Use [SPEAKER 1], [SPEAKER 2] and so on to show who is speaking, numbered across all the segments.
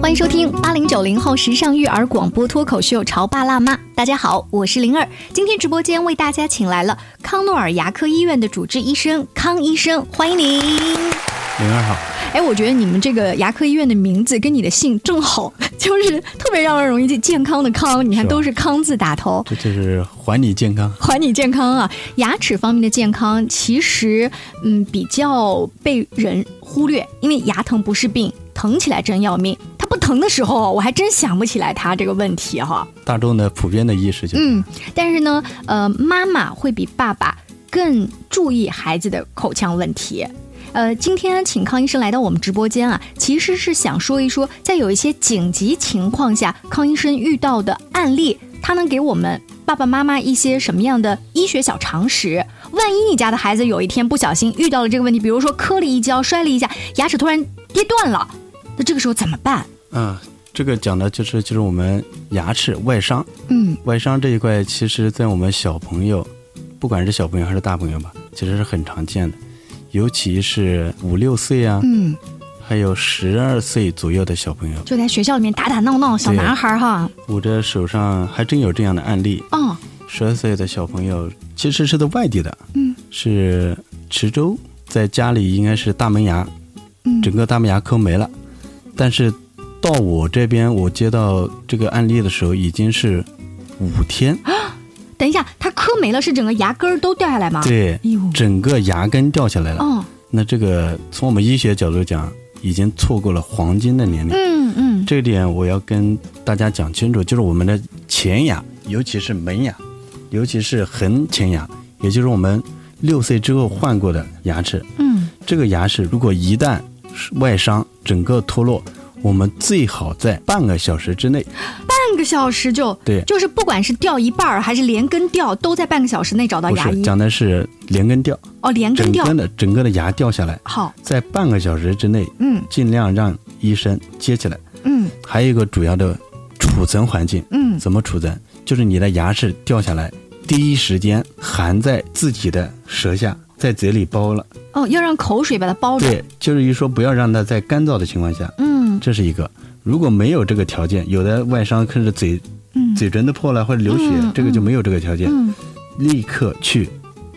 [SPEAKER 1] 欢迎收听八零九零后时尚育儿广播脱口秀《潮爸辣妈》。大家好，我是灵儿。今天直播间为大家请来了康诺尔牙科医院的主治医生康医生，欢迎您。
[SPEAKER 2] 灵儿好，
[SPEAKER 1] 哎，我觉得你们这个牙科医院的名字跟你的姓正好， 就是特别让人容易记健康的康。你看
[SPEAKER 2] 是吧
[SPEAKER 1] 都是康字打头，
[SPEAKER 2] 这这是还你 健康。
[SPEAKER 1] 还你健康啊！牙齿方面的健康，其实嗯比较被人忽略，因为牙疼不是病，疼起来真要命。它不疼的时候，啊我还真想不起来它这个问题哈。
[SPEAKER 2] 大众的普遍的意识就是，
[SPEAKER 1] 嗯，但是呢，呃，妈妈会比爸爸更注意孩子的口腔问题。呃，今天请康医生来到我们直播间啊，其实是想说一说，在有一些紧急情况下，康医生遇到的案例，他能给我们爸爸妈妈一些什么样的医学小常识？万一你家的孩子有一天不小心遇到了这个问题，比如说磕了一跤、摔了一下，牙齿突然跌断了，那这个时候怎么办？
[SPEAKER 2] 嗯，这个讲的就是就是我们牙齿外伤，
[SPEAKER 1] 嗯
[SPEAKER 2] 外伤这一块，其实在我们小朋友，不管是小朋友还是大朋友吧，其实是很常见的，尤其是五六岁啊，
[SPEAKER 1] 嗯，
[SPEAKER 2] 还有十二岁左右的小朋友，
[SPEAKER 1] 就在学校里面打打闹闹，小
[SPEAKER 2] 对
[SPEAKER 1] 男孩儿哈，
[SPEAKER 2] 我这手上还真有这样的案例，
[SPEAKER 1] 哦，
[SPEAKER 2] 十二岁的小朋友其实是在外地的，
[SPEAKER 1] 嗯，
[SPEAKER 2] 是池州，在家里应该是大门牙，
[SPEAKER 1] 嗯
[SPEAKER 2] 整个大门牙抠没了，但是到我这边，我接到这个案例的时候，已经是五天，
[SPEAKER 1] 啊等一下，它磕没了是整个牙根儿都掉下来吗？，
[SPEAKER 2] 对
[SPEAKER 1] 哎，呦，
[SPEAKER 2] 整个牙根掉下来了。
[SPEAKER 1] 哦，
[SPEAKER 2] 那这个从我们医学角度讲，已经错过了黄金的年龄。
[SPEAKER 1] 嗯嗯，
[SPEAKER 2] 这点我要跟大家讲清楚，就是我们的前牙，尤其是门牙，尤其是横前牙，也就是我们六岁之后换过的牙齿，
[SPEAKER 1] 嗯
[SPEAKER 2] 这个牙齿如果一旦外伤，整个脱落，我们最好在半个小时之内，
[SPEAKER 1] 半个小时就
[SPEAKER 2] 对
[SPEAKER 1] 就是不管是掉一半儿还是连根掉，都在半个小时内找到
[SPEAKER 2] 不
[SPEAKER 1] 牙
[SPEAKER 2] 是
[SPEAKER 1] 医。
[SPEAKER 2] 讲的是连根掉，
[SPEAKER 1] 哦，连根
[SPEAKER 2] 整
[SPEAKER 1] 掉，
[SPEAKER 2] 根的整个的牙掉下来，
[SPEAKER 1] 好，
[SPEAKER 2] 在半个小时之内，
[SPEAKER 1] 嗯
[SPEAKER 2] 尽量让医生接起来。
[SPEAKER 1] 嗯
[SPEAKER 2] 还有一个主要的储存环境，
[SPEAKER 1] 嗯，
[SPEAKER 2] 怎么储存？就是你的牙齿掉下来，第一时间含在自己的舌下，在嘴里包了。
[SPEAKER 1] 哦，要让口水把它包住。
[SPEAKER 2] 对，就是一说不要让它在干燥的情况下，
[SPEAKER 1] 嗯
[SPEAKER 2] 这是一个。如果没有这个条件，有的外伤甚至嘴
[SPEAKER 1] 嗯
[SPEAKER 2] 嘴唇都破了或者流血，
[SPEAKER 1] 嗯
[SPEAKER 2] 这个就没有这个条件，
[SPEAKER 1] 嗯，
[SPEAKER 2] 立刻去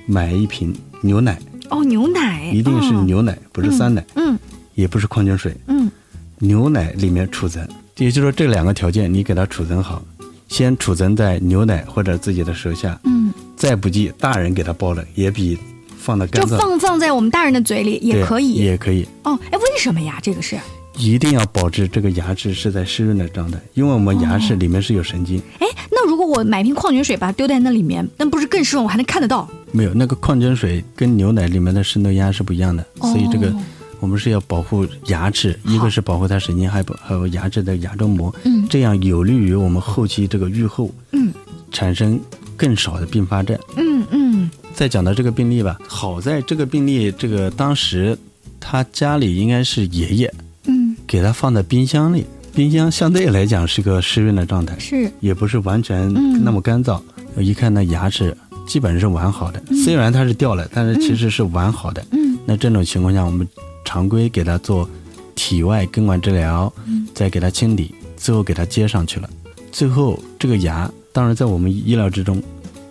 [SPEAKER 2] 买一瓶牛奶，
[SPEAKER 1] 哦，牛奶
[SPEAKER 2] 一定是。牛奶，不是酸奶，
[SPEAKER 1] 哦嗯
[SPEAKER 2] 也不是矿泉水，
[SPEAKER 1] 嗯
[SPEAKER 2] 牛奶里面储存。也就是说，这两个条件你给它储存好，先储存在牛奶或者自己的舌下，
[SPEAKER 1] 嗯，
[SPEAKER 2] 再不济，大人给它包了，也比放的干
[SPEAKER 1] 就
[SPEAKER 2] 燥
[SPEAKER 1] 放放在我们大人的嘴里也
[SPEAKER 2] 对
[SPEAKER 1] 可以。
[SPEAKER 2] 也可以。
[SPEAKER 1] 哦，哎，为什么呀？这个是，
[SPEAKER 2] 一定要保持这个牙齿是在湿润的状态，因为我们牙齿里面是有神经，
[SPEAKER 1] 哎，那如果我买瓶矿泉水把它丢在那里面，那不是更湿润？我还能看得到。
[SPEAKER 2] 没有那个矿泉水跟牛奶里面的渗透压是不一样的，
[SPEAKER 1] 哦
[SPEAKER 2] 所以这个我们是要保护牙齿，一个是保护它神经，还保还有呃牙齿的牙周膜，
[SPEAKER 1] 嗯
[SPEAKER 2] 这样有利于我们后期这个愈后
[SPEAKER 1] 嗯
[SPEAKER 2] 产生更少的并发症。
[SPEAKER 1] 嗯嗯
[SPEAKER 2] 再讲到这个病例吧，好在这个病例这个当时他家里应该是爷爷，
[SPEAKER 1] 嗯，
[SPEAKER 2] 给它放在冰箱里，冰箱相对来讲是个湿润的状态，
[SPEAKER 1] 是，
[SPEAKER 2] 也不是完全
[SPEAKER 1] 嗯
[SPEAKER 2] 那么干燥。一看那牙齿基本是完好的，虽然它是掉了，但是其实是完好的。
[SPEAKER 1] 嗯
[SPEAKER 2] 那这种情况下，我们常规给它做体外根管治疗，
[SPEAKER 1] 嗯
[SPEAKER 2] 再给它清理，最后给它接上去了。最后这个牙，当然在我们意料之中，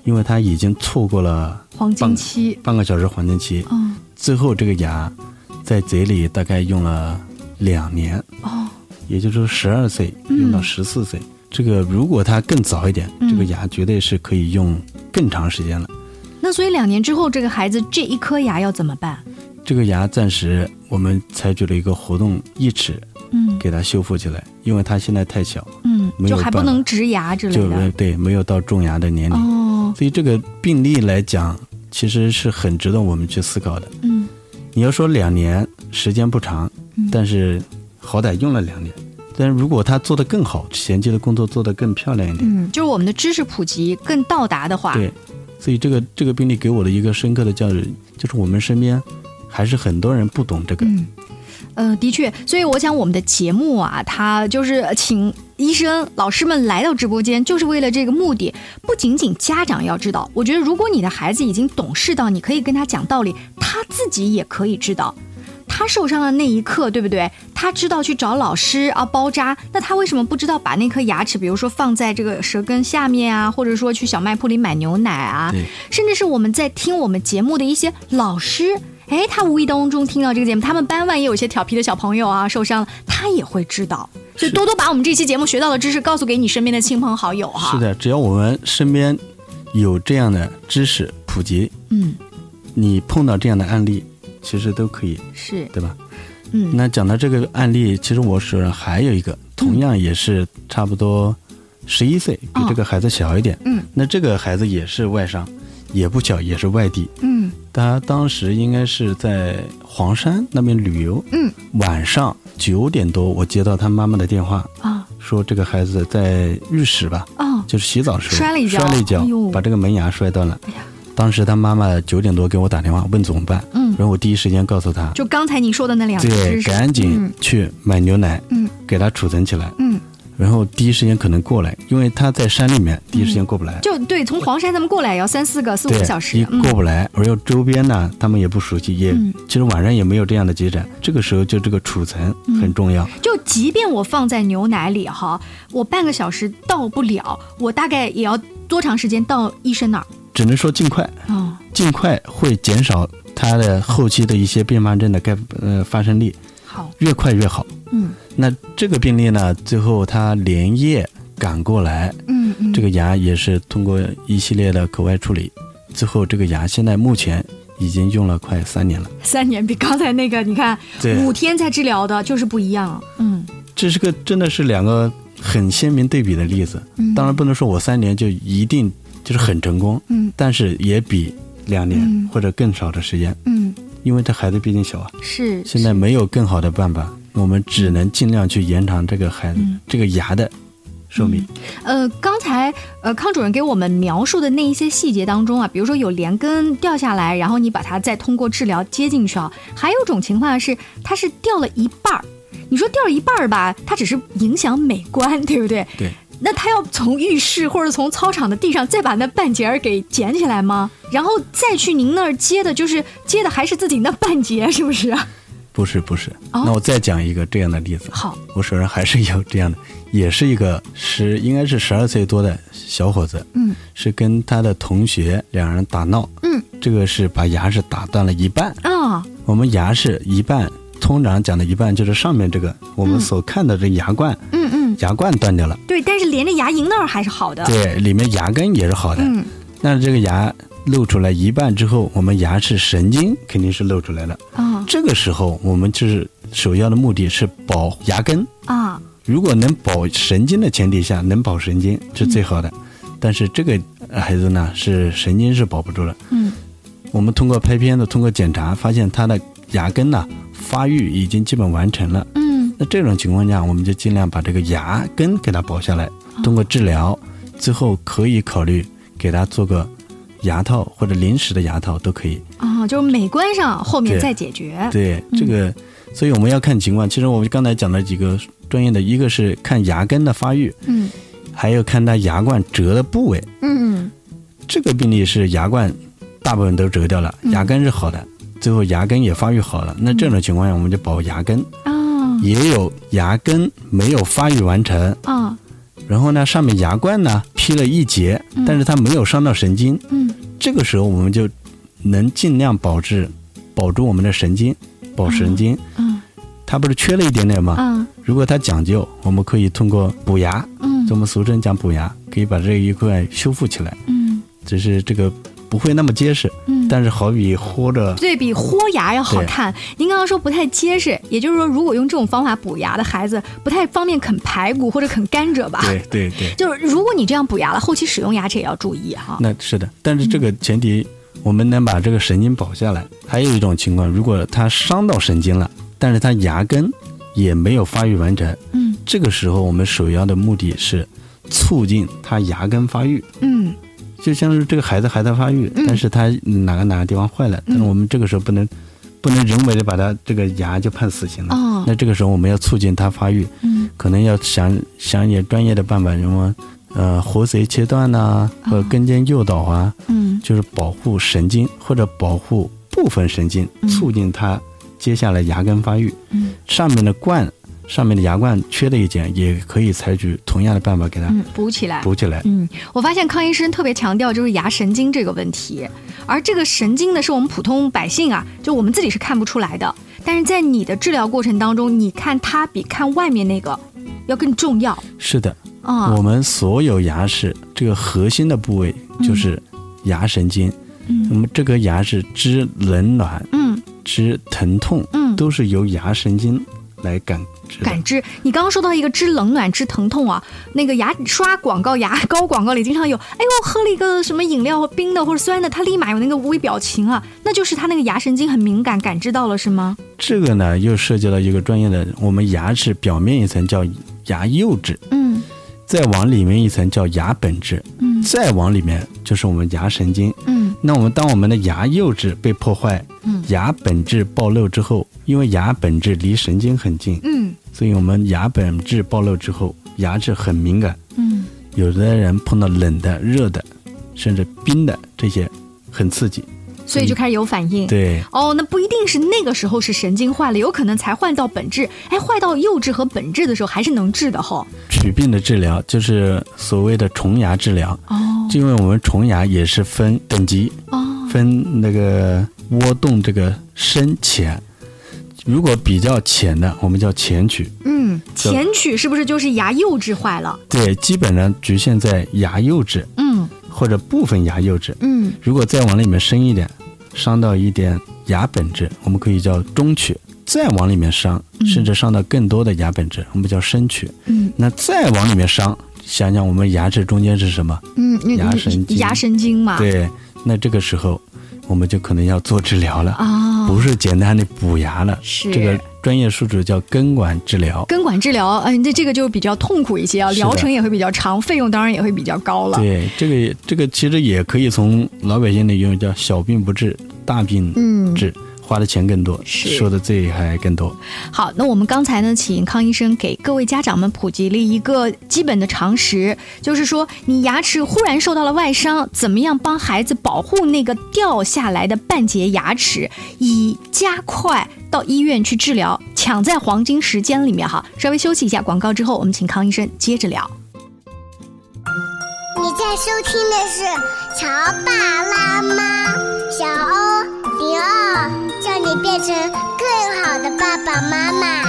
[SPEAKER 2] 因为它已经错过了
[SPEAKER 1] 黄金
[SPEAKER 2] 棒
[SPEAKER 1] 期，
[SPEAKER 2] 半个小时黄金期，
[SPEAKER 1] 嗯
[SPEAKER 2] 最后这个牙在嘴里大概用了两年。
[SPEAKER 1] 哦，
[SPEAKER 2] 也就是说十二岁
[SPEAKER 1] 嗯
[SPEAKER 2] 用到十四岁，这个如果它更早一点，
[SPEAKER 1] 嗯
[SPEAKER 2] 这个牙绝对是可以用更长时间了。
[SPEAKER 1] 那所以两年之后，这个孩子这一颗牙要怎么办？
[SPEAKER 2] 这个牙暂时我们采取了一个活动义齿
[SPEAKER 1] 嗯
[SPEAKER 2] 给它修复起来，因为它现在太小，
[SPEAKER 1] 嗯，
[SPEAKER 2] 没有
[SPEAKER 1] 就还不
[SPEAKER 2] 办法
[SPEAKER 1] 能植牙之类
[SPEAKER 2] 就没
[SPEAKER 1] 的。
[SPEAKER 2] 对没有到种牙的年龄，
[SPEAKER 1] 哦，
[SPEAKER 2] 所以这个病例来讲，其实是很值得我们去思考的。
[SPEAKER 1] 嗯
[SPEAKER 2] 你要说两年时间不长
[SPEAKER 1] 嗯，
[SPEAKER 2] 但是好歹用了两年。但是如果他做得更好，衔接的工作做得更漂亮一点，
[SPEAKER 1] 嗯，就是我们的知识普及更到达的话，
[SPEAKER 2] 对，所以这个这个病例给我的一个深刻的教育，就是我们身边还是很多人不懂这个。
[SPEAKER 1] 嗯。呃，的确，所以我想我们的节目啊，它就是请医生老师们来到直播间，就是为了这个目的。不仅仅家长要知道，我觉得如果你的孩子已经懂事到你可以跟他讲道理，他自己也可以知道。他受伤的那一刻，对不对？他知道去找老师啊包扎，那他为什么不知道把那颗牙齿，比如说放在这个舌根下面啊，或者说去小卖铺里买牛奶啊，
[SPEAKER 2] 对
[SPEAKER 1] 甚至是我们在听我们节目的一些老师，哎，他无意当中听到这个节目，他们班万一有些调皮的小朋友啊受伤了，他也会知道。所以多多把我们这期节目学到的知识告诉给你身边的亲朋好友啊哈、
[SPEAKER 2] 是，的，只要我们身边有这样的知识普及，
[SPEAKER 1] 嗯，
[SPEAKER 2] 你碰到这样的案例，其实都可以，
[SPEAKER 1] 是，
[SPEAKER 2] 对吧？
[SPEAKER 1] 嗯，
[SPEAKER 2] 那讲到这个案例，其实我手上还有一个，同样也是差不多十一岁，比这个孩子小一点。
[SPEAKER 1] 哦嗯
[SPEAKER 2] 那这个孩子也是外伤，也不小，也是外地。
[SPEAKER 1] 嗯
[SPEAKER 2] 他当时应该是在黄山那边旅游，
[SPEAKER 1] 嗯
[SPEAKER 2] 晚上九点多，我接到他妈妈的电话，
[SPEAKER 1] 啊
[SPEAKER 2] 说这个孩子在浴室吧，
[SPEAKER 1] 啊，
[SPEAKER 2] 就是洗澡的时候
[SPEAKER 1] 摔了一跤哎呦
[SPEAKER 2] 把这个门牙摔断了。
[SPEAKER 1] 哎呀，
[SPEAKER 2] 当时他妈妈九点多给我打电话问怎么办，
[SPEAKER 1] 嗯
[SPEAKER 2] 然，后我第一时间告诉他，
[SPEAKER 1] 就刚才你说的那两个知
[SPEAKER 2] 对，
[SPEAKER 1] 识，
[SPEAKER 2] 赶紧
[SPEAKER 1] 嗯
[SPEAKER 2] 去买牛奶，
[SPEAKER 1] 嗯
[SPEAKER 2] 给他储存起来，
[SPEAKER 1] 嗯，
[SPEAKER 2] 然后第一时间可能过来，因为他在山里面，第一时
[SPEAKER 1] 嗯
[SPEAKER 2] 间过不来。
[SPEAKER 1] 就对，从黄山咱们过来也要三四个、四五
[SPEAKER 2] 对
[SPEAKER 1] 个小，时
[SPEAKER 2] 一，
[SPEAKER 1] 嗯
[SPEAKER 2] 过不来，而又周边呢，他们也不熟悉，也、
[SPEAKER 1] 嗯
[SPEAKER 2] 其实晚上也没有这样的急诊。这个时候就这个储存
[SPEAKER 1] 嗯
[SPEAKER 2] 很重要，
[SPEAKER 1] 就即便我放在牛奶里哈，我半个小时到不了，我大概也要多长时间到医生那儿？
[SPEAKER 2] 只能说尽快，
[SPEAKER 1] 哦，
[SPEAKER 2] 尽快会减少他的后期的一些并发症的概呃发生率，
[SPEAKER 1] 好，
[SPEAKER 2] 越快越好。
[SPEAKER 1] 嗯
[SPEAKER 2] 那这个病例呢，最后他连夜赶过来，
[SPEAKER 1] 嗯嗯，
[SPEAKER 2] 这个牙也是通过一系列的口外处理，最后这个牙现在目前已经用了快三年了。
[SPEAKER 1] 三年比刚才那个你看
[SPEAKER 2] 对
[SPEAKER 1] 五，天才治疗的，就是不一样。嗯
[SPEAKER 2] 这是个真的是两个很鲜明对比的例子。
[SPEAKER 1] 嗯，
[SPEAKER 2] 当然不能说我三年就一定就是很成功，
[SPEAKER 1] 嗯
[SPEAKER 2] 但是也比两
[SPEAKER 1] 嗯
[SPEAKER 2] 年或者更少的时间，
[SPEAKER 1] 嗯
[SPEAKER 2] 因为这孩子毕竟小啊，
[SPEAKER 1] 是
[SPEAKER 2] 现在没有更好的办法，我们只能尽量去延长这个孩子
[SPEAKER 1] 嗯
[SPEAKER 2] 这个牙的寿命。
[SPEAKER 1] 呃，刚才呃康主任给我们描述的那一些细节当中啊，比如说有连根掉下来，然后你把它再通过治疗接进去啊，还有一种情况是它是掉了一半儿。你说掉了一半儿吧，它只是影响美观，对不对？
[SPEAKER 2] 对。
[SPEAKER 1] 那他要从浴室或者从操场的地上再把那半截儿给捡起来吗？然后再去您那儿接的，就是接的还是自己那半截，是不是？
[SPEAKER 2] 不是不是，
[SPEAKER 1] 哦
[SPEAKER 2] 那我再讲一个这样的例子，
[SPEAKER 1] 好，
[SPEAKER 2] 我手上还是有这样的，也是一个十应该是十二岁多的小伙子，
[SPEAKER 1] 嗯
[SPEAKER 2] 是跟他的同学两人打闹，
[SPEAKER 1] 嗯
[SPEAKER 2] 这个是把牙齿打断了一半。
[SPEAKER 1] 啊
[SPEAKER 2] 我们牙是一半，通常讲的一半就是上面这个我们所看到的牙冠，
[SPEAKER 1] 嗯嗯，
[SPEAKER 2] 牙冠断掉了，
[SPEAKER 1] 对，但是连着牙龈那儿还是好的。
[SPEAKER 2] 对，里面牙根也是好的。
[SPEAKER 1] 哦嗯
[SPEAKER 2] 那这个牙露出来一半之后，我们牙齿神经肯定是露出来了。
[SPEAKER 1] 啊
[SPEAKER 2] 这个时候，我们就是首要的目的是保牙根。
[SPEAKER 1] 啊
[SPEAKER 2] 如果能保神经的前提下，能保神经是最好的。但是这个呃孩子呢，是神经是保不住了。
[SPEAKER 1] 嗯。
[SPEAKER 2] 我们通过拍片子，通过检查，发现他的牙根呢发育已经基本完成了。
[SPEAKER 1] 嗯
[SPEAKER 2] 那这种情况下，我们就尽量把这个牙根给它保下来，通过治疗，最后可以考虑给它做个牙套或者临时的牙套都可以。
[SPEAKER 1] 啊，就是美观上后面
[SPEAKER 2] 对
[SPEAKER 1] 再解决。
[SPEAKER 2] 对
[SPEAKER 1] 嗯
[SPEAKER 2] 这个，所以我们要看情况。其实我们刚才讲了几个专业的，一个是看牙根的发育，
[SPEAKER 1] 嗯
[SPEAKER 2] 还有看它牙冠折的部位。
[SPEAKER 1] 嗯
[SPEAKER 2] 这个病例是牙冠大部分都折掉了，
[SPEAKER 1] 嗯
[SPEAKER 2] 牙根是好的，最后牙根也发育好了。那这种情况下，我们就保牙根。
[SPEAKER 1] 啊
[SPEAKER 2] 也有牙根没有发育完成，
[SPEAKER 1] 啊
[SPEAKER 2] 然后呢，上面牙冠呢劈了一截，但是它没有伤到神经。
[SPEAKER 1] 嗯
[SPEAKER 2] 这个时候我们就能尽量保质，保住我们的神经，保神经。
[SPEAKER 1] 嗯
[SPEAKER 2] 它不是缺了一点点吗？
[SPEAKER 1] 嗯
[SPEAKER 2] 如果它讲究，我们可以通过补牙，
[SPEAKER 1] 嗯
[SPEAKER 2] 就我们俗称讲补牙，可以把这一块修复起来。
[SPEAKER 1] 嗯
[SPEAKER 2] 只是这个不会那么结实，
[SPEAKER 1] 嗯，
[SPEAKER 2] 但是好比豁着。
[SPEAKER 1] 对比豁牙要好
[SPEAKER 2] 对
[SPEAKER 1] 看。您刚刚说不太结实，也就是说，如果用这种方法补牙的孩子，不太方便啃排骨或者啃甘蔗吧？
[SPEAKER 2] 对对对，
[SPEAKER 1] 就是如果你这样补牙了，后期使用牙齿也要注意哈。
[SPEAKER 2] 那是的，但是这个前提，我们能把这个神经保下来。还有一种情况，如果它伤到神经了，但是它牙根也没有发育完成，
[SPEAKER 1] 嗯
[SPEAKER 2] 这个时候我们首要的目的是促进它牙根发育。
[SPEAKER 1] 嗯
[SPEAKER 2] 就像是这个孩子还在发育，
[SPEAKER 1] 嗯
[SPEAKER 2] 但是他哪个哪个地方坏了，但是我们这个时候不能不能人为的把他这个牙就判死刑了。
[SPEAKER 1] 啊嗯
[SPEAKER 2] 那这个时候我们要促进它发育，
[SPEAKER 1] 嗯
[SPEAKER 2] 可能要想想一点专业的办法，什么呃喉髓切断呐、
[SPEAKER 1] 啊
[SPEAKER 2] 或者根尖诱导啊，
[SPEAKER 1] 嗯
[SPEAKER 2] 就是保护神经或者保护部分神经
[SPEAKER 1] 嗯，
[SPEAKER 2] 促进它接下来牙根发育。
[SPEAKER 1] 嗯
[SPEAKER 2] 上面的冠，上面的牙冠缺了一点，也可以采取同样的办法给它
[SPEAKER 1] 嗯，补起来。
[SPEAKER 2] 补起来。
[SPEAKER 1] 嗯，我发现康医生特别强调就是牙神经这个问题，而这个神经呢，是我们普通百姓啊，就我们自己是看不出来的。但是在你的治疗过程当中，你看它比看外面那个要更重要
[SPEAKER 2] 是的，
[SPEAKER 1] 啊
[SPEAKER 2] 我。们所有牙齿这个核心的部位就是牙神经。那
[SPEAKER 1] 嗯
[SPEAKER 2] 么这个牙是知冷暖、
[SPEAKER 1] 嗯
[SPEAKER 2] 知疼痛，
[SPEAKER 1] 嗯，
[SPEAKER 2] 都是由牙神经来感知的。
[SPEAKER 1] 感知。你刚刚说到一个知冷暖、知疼痛啊，那个牙刷广告、牙膏广告里经常有，哎呦，喝了一个什么饮料或冰的或者酸的，他立马有那个微表情啊，那就是他那个牙神经很敏感，感知到了是吗？
[SPEAKER 2] 这个呢，又涉及到一个专业的，我们牙齿表面一层叫牙釉质，
[SPEAKER 1] 嗯
[SPEAKER 2] 再往里面一层叫牙本质，
[SPEAKER 1] 嗯
[SPEAKER 2] 再往里面就是我们牙神经。
[SPEAKER 1] 嗯
[SPEAKER 2] 那我们当我们的牙釉质被破坏，
[SPEAKER 1] 嗯
[SPEAKER 2] 牙本质暴露之后，因为牙本质离神经很近，
[SPEAKER 1] 嗯
[SPEAKER 2] 所以我们牙本质暴露之后，牙齿很敏感。
[SPEAKER 1] 嗯
[SPEAKER 2] 有的人碰到冷的、热的，甚至冰的这些，很刺激。
[SPEAKER 1] 所以就开始有反应。
[SPEAKER 2] 嗯对，
[SPEAKER 1] 哦，那不一定是那个时候是神经坏了，有可能才换到本质。哎，坏到幼稚和本质的时候还是能治的哈。
[SPEAKER 2] 龋病的治疗就是所谓的虫牙治疗，
[SPEAKER 1] 哦
[SPEAKER 2] 就因为我们虫牙也是分等级，
[SPEAKER 1] 哦，
[SPEAKER 2] 分那个窝洞这个深浅。如果比较浅的，我们叫浅龋。
[SPEAKER 1] 嗯，前曲是不是就是牙幼稚坏了？
[SPEAKER 2] 对，基本上局限在牙釉质
[SPEAKER 1] 嗯
[SPEAKER 2] 或者部分牙釉质。
[SPEAKER 1] 嗯
[SPEAKER 2] 如果再往里面深一点，伤到一点牙本质，我们可以叫中龋；再往里面伤，
[SPEAKER 1] 嗯
[SPEAKER 2] 甚至伤到更多的牙本质，我们叫深龋。
[SPEAKER 1] 嗯
[SPEAKER 2] 那再往里面伤，想想我们牙齿中间是什么？
[SPEAKER 1] 嗯，嗯
[SPEAKER 2] 牙神经
[SPEAKER 1] 牙神经嘛。
[SPEAKER 2] 对，那这个时候我们就可能要做治疗了，
[SPEAKER 1] 啊，
[SPEAKER 2] 不是简单的补牙了。
[SPEAKER 1] 是
[SPEAKER 2] 这个专业术语叫根管治疗。
[SPEAKER 1] 根管治疗，嗯、这这个就比较痛苦一些啊，
[SPEAKER 2] 是的
[SPEAKER 1] 疗程也会比较长，费用当然也会比较高了。
[SPEAKER 2] 对，这个也这个其实也可以从老百姓的用语叫“小病不治，大病
[SPEAKER 1] 嗯，
[SPEAKER 2] 治”，花的钱更多，
[SPEAKER 1] 是
[SPEAKER 2] 受的罪还更多。
[SPEAKER 1] 好，那我们刚才呢，请康医生给各位家长们普及了一个基本的常识，就是说你牙齿忽然受到了外伤，怎么样帮孩子保护那个掉下来的半截牙齿，以加快到医院去治疗，抢在黄金时间里面哈。稍微休息一下广告之后，我们请康医生接着聊。
[SPEAKER 3] 你在收听的是《潮爸辣妈》，小欧零二，叫你变成更好的爸爸妈妈。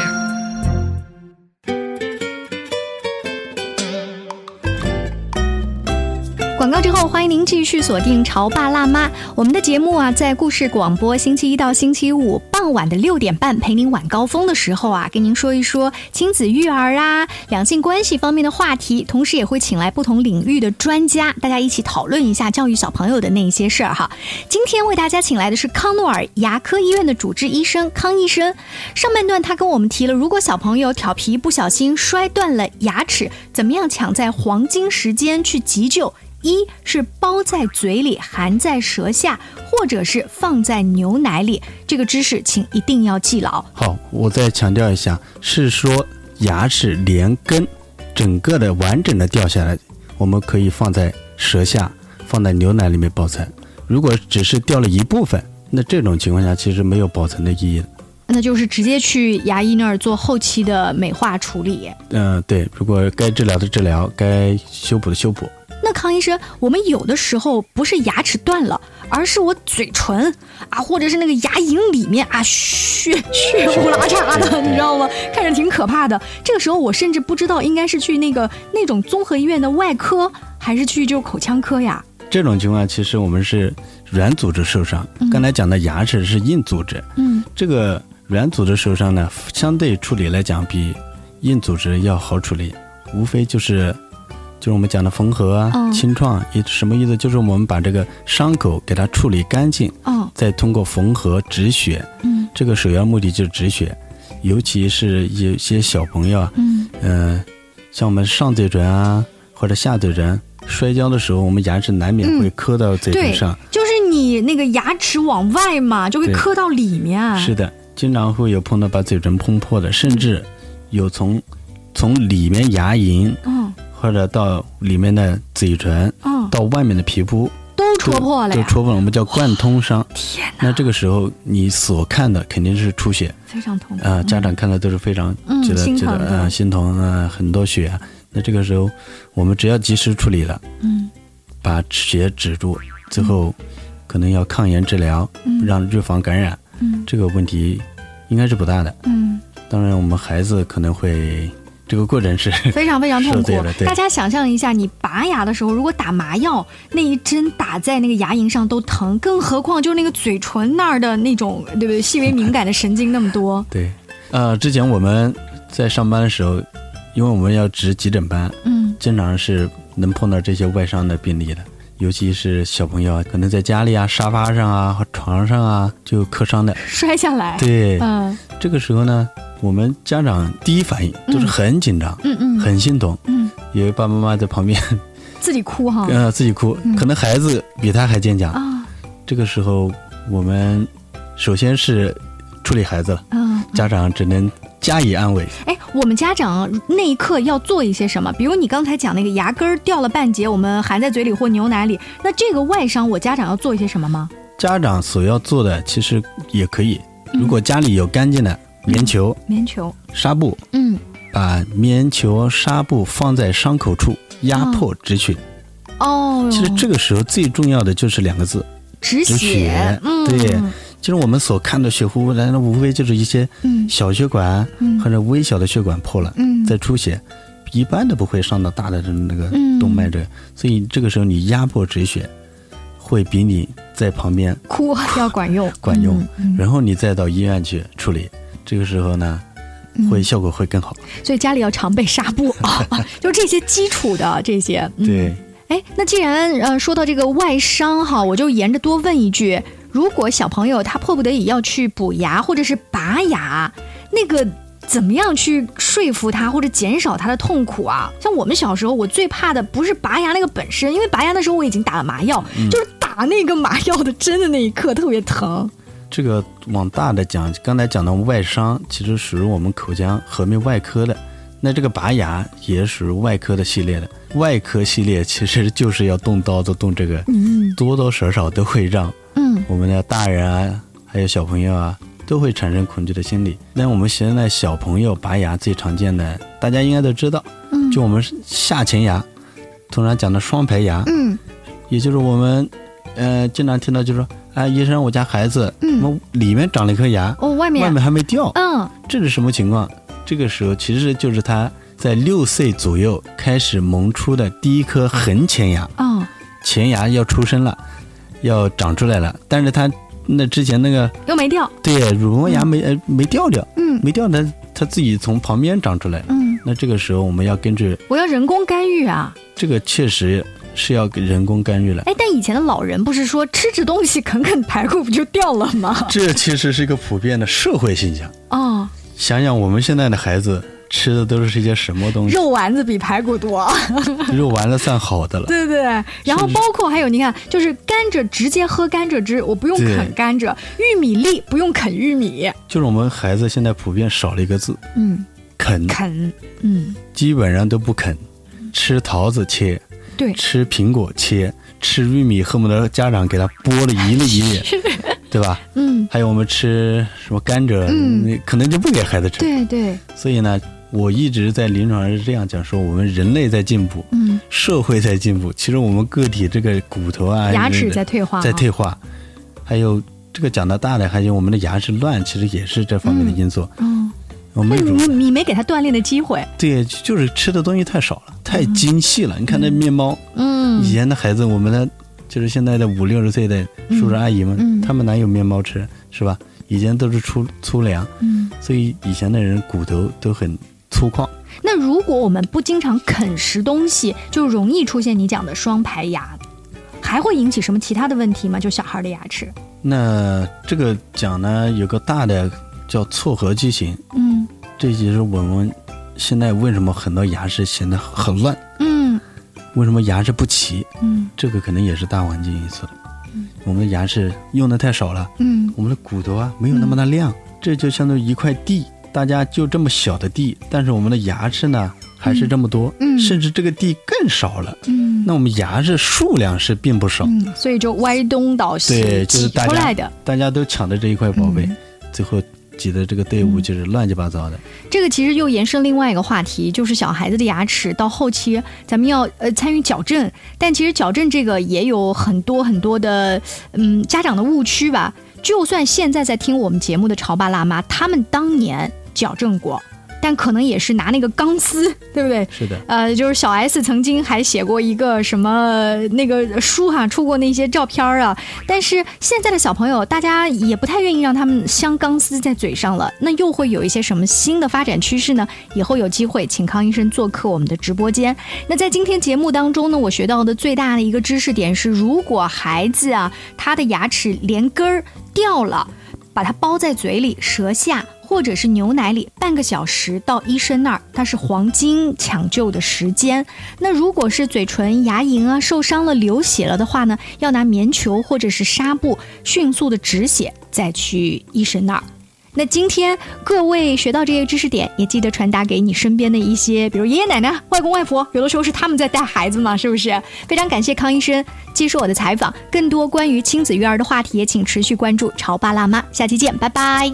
[SPEAKER 1] 广告之后，欢迎您继续锁定《潮爸辣妈》。我们的节目啊，在故事广播星期一到星期五傍晚的六点半，陪您晚高峰的时候啊，跟您说一说亲子育儿啊、两性关系方面的话题，同时也会请来不同领域的专家，大家一起讨论一下教育小朋友的那一些事儿哈。今天为大家请来的是康诺尔牙科医院的主治医生康医生。上半段他跟我们提了，如果小朋友调皮不小心摔断了牙齿，怎么样抢在黄金时间去急救？一是包在嘴里、含在舌下，或者是放在牛奶里。这个知识请一定要记牢。
[SPEAKER 2] 好，我再强调一下，是说牙齿连根整个的完整的掉下来，我们可以放在舌下，放在牛奶里面保存。如果只是掉了一部分，那这种情况下其实没有保存的意义的。
[SPEAKER 1] 那就是直接去牙医那儿做后期的美化处理。
[SPEAKER 2] 嗯、对，如果该治疗的治疗，该修补的修补。
[SPEAKER 1] 那康医生，我们有的时候不是牙齿断了，而是我嘴唇啊，或者是那个牙龈里面啊， 血血呼啦嚓的，
[SPEAKER 2] 对
[SPEAKER 1] 你知道吗？看着挺可怕的。这个时候我甚至不知道应该是去那个那种综合医院的外科，还是去就口腔科呀？
[SPEAKER 2] 这种情况其实我们是软组织受伤，刚才讲的牙齿是硬组织，
[SPEAKER 1] 嗯
[SPEAKER 2] 这个软组织受伤呢，相对处理来讲比硬组织要好处理，无非就是就是我们讲的缝合啊、
[SPEAKER 1] 嗯
[SPEAKER 2] 清创，也什么意思？就是我们把这个伤口给它处理干净，
[SPEAKER 1] 哦
[SPEAKER 2] 再通过缝合止血，
[SPEAKER 1] 嗯
[SPEAKER 2] 这个首要目的就是止血，尤其是有些小朋友啊，
[SPEAKER 1] 嗯
[SPEAKER 2] 嗯、像我们上嘴唇啊或者下嘴唇摔跤的时候，我们牙齿难免
[SPEAKER 1] 嗯
[SPEAKER 2] 会磕到嘴唇
[SPEAKER 1] 对
[SPEAKER 2] 上。，
[SPEAKER 1] 就是你那个牙齿往外嘛，就会
[SPEAKER 2] 啊对
[SPEAKER 1] 磕到里面。
[SPEAKER 2] 是的，经常会有碰到把嘴唇碰破的，甚至有从从里面牙龈
[SPEAKER 1] 嗯
[SPEAKER 2] 或者到里面的嘴唇
[SPEAKER 1] 嗯，
[SPEAKER 2] 到外面的皮肤
[SPEAKER 1] 都
[SPEAKER 2] 都
[SPEAKER 1] 戳破了
[SPEAKER 2] 都
[SPEAKER 1] 呀！
[SPEAKER 2] 戳破了，我们叫贯通伤。
[SPEAKER 1] 天哪，
[SPEAKER 2] 那这个时候你所看的肯定是出血，
[SPEAKER 1] 非常痛苦
[SPEAKER 2] 啊、家长看到都是非常
[SPEAKER 1] 嗯
[SPEAKER 2] 觉得、
[SPEAKER 1] 心
[SPEAKER 2] 觉得
[SPEAKER 1] 疼的
[SPEAKER 2] 啊、呃心疼啊、呃很多血啊、那这个时候，我们只要及时处理了，
[SPEAKER 1] 嗯
[SPEAKER 2] 把血止住，最后可能要抗炎治疗，
[SPEAKER 1] 嗯
[SPEAKER 2] 让预防感染，
[SPEAKER 1] 嗯
[SPEAKER 2] 这个问题应该是不大的。
[SPEAKER 1] 嗯，
[SPEAKER 2] 当然，我们孩子可能会这个过程是
[SPEAKER 1] 非常非常痛
[SPEAKER 2] 受
[SPEAKER 1] 苦
[SPEAKER 2] 罪了。对，
[SPEAKER 1] 大家想象一下，你拔牙的时候，如果打麻药，那一针打在那个牙龈上都疼，更何况就是那个嘴唇那儿的那种，对不对？细微敏感的神经那么多
[SPEAKER 2] 对。呃，之前我们在上班的时候，因为我们要值急诊班，
[SPEAKER 1] 嗯
[SPEAKER 2] 经常是能碰到这些外伤的病例的，尤其是小朋友啊，可能在家里啊、沙发上啊、床上啊就磕伤的。
[SPEAKER 1] 摔下来，
[SPEAKER 2] 对，
[SPEAKER 1] 嗯
[SPEAKER 2] 这个时候呢，我们家长第一反应都是很紧张、
[SPEAKER 1] 嗯嗯，
[SPEAKER 2] 很心疼，
[SPEAKER 1] 嗯
[SPEAKER 2] 以为爸爸妈妈在旁边，
[SPEAKER 1] 自己哭哈
[SPEAKER 2] 呃，自己哭，
[SPEAKER 1] 嗯
[SPEAKER 2] 可能孩子比他还坚强。
[SPEAKER 1] 啊
[SPEAKER 2] 这个时候，我们首先是处理孩子了，
[SPEAKER 1] 嗯。
[SPEAKER 2] 家长只能加以安慰。
[SPEAKER 1] 哎，我们家长那一刻要做一些什么？比如你刚才讲那个牙根儿掉了半截，我们含在嘴里或牛奶里，那这个外伤，我家长要做一些什么吗？
[SPEAKER 2] 家长所要做的其实也可以，
[SPEAKER 1] 嗯
[SPEAKER 2] 如果家里有干净的棉球、
[SPEAKER 1] 棉球，
[SPEAKER 2] 纱布，
[SPEAKER 1] 嗯，
[SPEAKER 2] 把棉球、啊纱布放在伤口处，压迫止血。
[SPEAKER 1] 嗯哦，
[SPEAKER 2] 其实这个时候最重要的就是两个字。
[SPEAKER 1] 止
[SPEAKER 2] 止血
[SPEAKER 1] 血，嗯，
[SPEAKER 2] 对其实我们所看的血乎乎来，那无非就是一些
[SPEAKER 1] 嗯
[SPEAKER 2] 小血管
[SPEAKER 1] 嗯
[SPEAKER 2] 或者微小的血管破了，
[SPEAKER 1] 嗯，
[SPEAKER 2] 在出血，一般的不会伤到大的那个
[SPEAKER 1] 嗯
[SPEAKER 2] 动脉这个，所以这个时候你压迫止血，会比你在旁边
[SPEAKER 1] 哭要管用，
[SPEAKER 2] 管用
[SPEAKER 1] 嗯，
[SPEAKER 2] 然后你再到医院去处理，这个时候呢，
[SPEAKER 1] 嗯
[SPEAKER 2] 会效果会更好。
[SPEAKER 1] 嗯所以家里要常备纱 布 啊，就这些基础的这些，嗯。
[SPEAKER 2] 对，
[SPEAKER 1] 哎，那既然呃说到这个外伤哈，我就沿着多问一句：如果小朋友他迫不得已要去补牙或者是拔牙，那个怎么样去说服他或者减少他的痛苦啊？像我们小时候，我最怕的不是拔牙那个本身，因为拔牙的时候我已经打了麻药，
[SPEAKER 2] 嗯
[SPEAKER 1] 就是打那个麻药的针的那一刻特别疼。
[SPEAKER 2] 这个往大的讲，刚才讲的外伤其实属于我们口腔颌面外科的，那这个拔牙也属于外科的系列的。外科系列其实就是要动刀子动这个，
[SPEAKER 1] 嗯
[SPEAKER 2] 多多少少都会让
[SPEAKER 1] 嗯
[SPEAKER 2] 我们的大人啊，还有小朋友啊，都会产生恐惧的心理。那我们现在小朋友拔牙最常见的，大家应该都知道，
[SPEAKER 1] 嗯
[SPEAKER 2] 就我们下前牙，通常讲的双排牙，
[SPEAKER 1] 嗯
[SPEAKER 2] 也就是我们，呃，经常听到就是说，啊，医生，我家孩子，
[SPEAKER 1] 嗯
[SPEAKER 2] 我里面长了一颗牙，
[SPEAKER 1] 哦，外
[SPEAKER 2] 外
[SPEAKER 1] 面
[SPEAKER 2] 面还没掉，
[SPEAKER 1] 嗯
[SPEAKER 2] 这是什么情况？这个时候其实就是他在六岁左右开始萌出的第一颗横前牙，
[SPEAKER 1] 嗯
[SPEAKER 2] 前牙要出生了，要长出来了，但是他那之前那个
[SPEAKER 1] 又没掉，
[SPEAKER 2] 对乳房牙没呃没掉掉，
[SPEAKER 1] 嗯
[SPEAKER 2] 没掉呢，它自己从旁边长出来。
[SPEAKER 1] 嗯，
[SPEAKER 2] 那这个时候我们要根据
[SPEAKER 1] 我要人工干预啊。
[SPEAKER 2] 这个确实是要给人工干预了。
[SPEAKER 1] 哎，但以前的老人不是说吃着东西啃啃排骨不就掉了 吗？
[SPEAKER 2] 这其实是一个普遍的社会现象。
[SPEAKER 1] 哦，
[SPEAKER 2] 想想我们现在的孩子吃的都是一些什么东西，
[SPEAKER 1] 肉丸子比排骨多，
[SPEAKER 2] 肉丸子算好的了。
[SPEAKER 1] 对不对？然后包括还有，你看，就是甘蔗直接喝甘蔗汁，我不用
[SPEAKER 2] 对
[SPEAKER 1] 啃甘蔗；玉米粒不用啃玉米，
[SPEAKER 2] 就是我们孩子现在普遍少了一个字
[SPEAKER 1] 嗯，
[SPEAKER 2] “啃”，
[SPEAKER 1] 啃，嗯，
[SPEAKER 2] 基本上都不啃，吃桃子切，
[SPEAKER 1] 对，
[SPEAKER 2] 吃苹果切，吃玉米恨不得家长给他剥了一粒一粒，对吧？
[SPEAKER 1] 嗯，
[SPEAKER 2] 还有我们吃什么甘蔗，
[SPEAKER 1] 嗯
[SPEAKER 2] 那可能就不给孩子吃。
[SPEAKER 1] 对对，
[SPEAKER 2] 所以呢，我一直在临床上是这样讲说，我们人类在进步，
[SPEAKER 1] 嗯，
[SPEAKER 2] 社会在进步，其实我们个体这个骨头啊、
[SPEAKER 1] 牙齿
[SPEAKER 2] 人
[SPEAKER 1] 在退化啊，
[SPEAKER 2] 在退化，还有这个讲到大的，还有我们的牙齿乱，其实也是这方面的因素。
[SPEAKER 1] 嗯，
[SPEAKER 2] 我们
[SPEAKER 1] 那
[SPEAKER 2] 乳
[SPEAKER 1] 你你没给他锻炼的机会，
[SPEAKER 2] 对，就是吃的东西太少了，太精细了。你看那面包，
[SPEAKER 1] 嗯
[SPEAKER 2] 以前的孩子，我们的就是现在的五六十岁的叔叔阿姨们，
[SPEAKER 1] 嗯
[SPEAKER 2] 他们哪有面包吃，是吧？以前都是粗粗粮，
[SPEAKER 1] 嗯。
[SPEAKER 2] 所以以前的人骨头都很粗犷。
[SPEAKER 1] 那如果我们不经常啃食东西，就容易出现你讲的双排牙，还会引起什么其他的问题吗？就小孩的牙齿？
[SPEAKER 2] 那这个讲呢，有个大的叫错颌畸形，
[SPEAKER 1] 嗯
[SPEAKER 2] 这就是我们现在为什么很多牙齿显得很乱，
[SPEAKER 1] 嗯
[SPEAKER 2] 为什么牙齿不齐，
[SPEAKER 1] 嗯
[SPEAKER 2] 这个可能也是大环境因素的。我们的牙齿用的太少了，
[SPEAKER 1] 嗯
[SPEAKER 2] 我们的骨头啊没有那么的亮，这就相当于一块地，大家就这么小的地，但是我们的牙齿呢还是这么多，
[SPEAKER 1] 嗯嗯
[SPEAKER 2] 甚至这个地更少了。
[SPEAKER 1] 嗯
[SPEAKER 2] 那我们牙齿数量是并不少，
[SPEAKER 1] 嗯，所以就歪东倒西
[SPEAKER 2] 对就是
[SPEAKER 1] 挤
[SPEAKER 2] 大家
[SPEAKER 1] 出来的。
[SPEAKER 2] 大家都抢着这一块宝贝，
[SPEAKER 1] 嗯
[SPEAKER 2] 最后挤的这个队伍就是乱七八糟的。
[SPEAKER 1] 这个其实又延伸另外一个话题，就是小孩子的牙齿到后期咱们要呃参与矫正，但其实矫正这个也有很多很多的嗯家长的误区吧。就算现在在听我们节目的潮爸辣妈，他们当年矫正过，但可能也是拿那个钢丝，对不对？
[SPEAKER 2] 是的，
[SPEAKER 1] 呃，就是小 S 曾经还写过一个什么呃那个书哈、出过那些照片儿啊。但是现在的小朋友，大家也不太愿意让他们镶钢丝在嘴上了。那又会有一些什么新的发展趋势呢？以后有机会请康医生做客我们的直播间。那在今天节目当中呢，我学到的最大的一个知识点是，如果孩子啊他的牙齿连根儿掉了，把它包在嘴里、舌下或者是牛奶里半个小时，到医生那儿，它是黄金抢救的时间。那如果是嘴唇、牙龈啊受伤了、流血了的话呢，要拿棉球或者是纱布迅速的止血，再去医生那儿。那今天各位学到这些知识点，也记得传达给你身边的一些，比如爷爷奶奶、外公外婆，有的时候是他们在带孩子嘛，是不是？非常感谢康医生接受我的采访，更多关于亲子育儿的话题，也请持续关注潮爸辣妈，下期见，拜拜。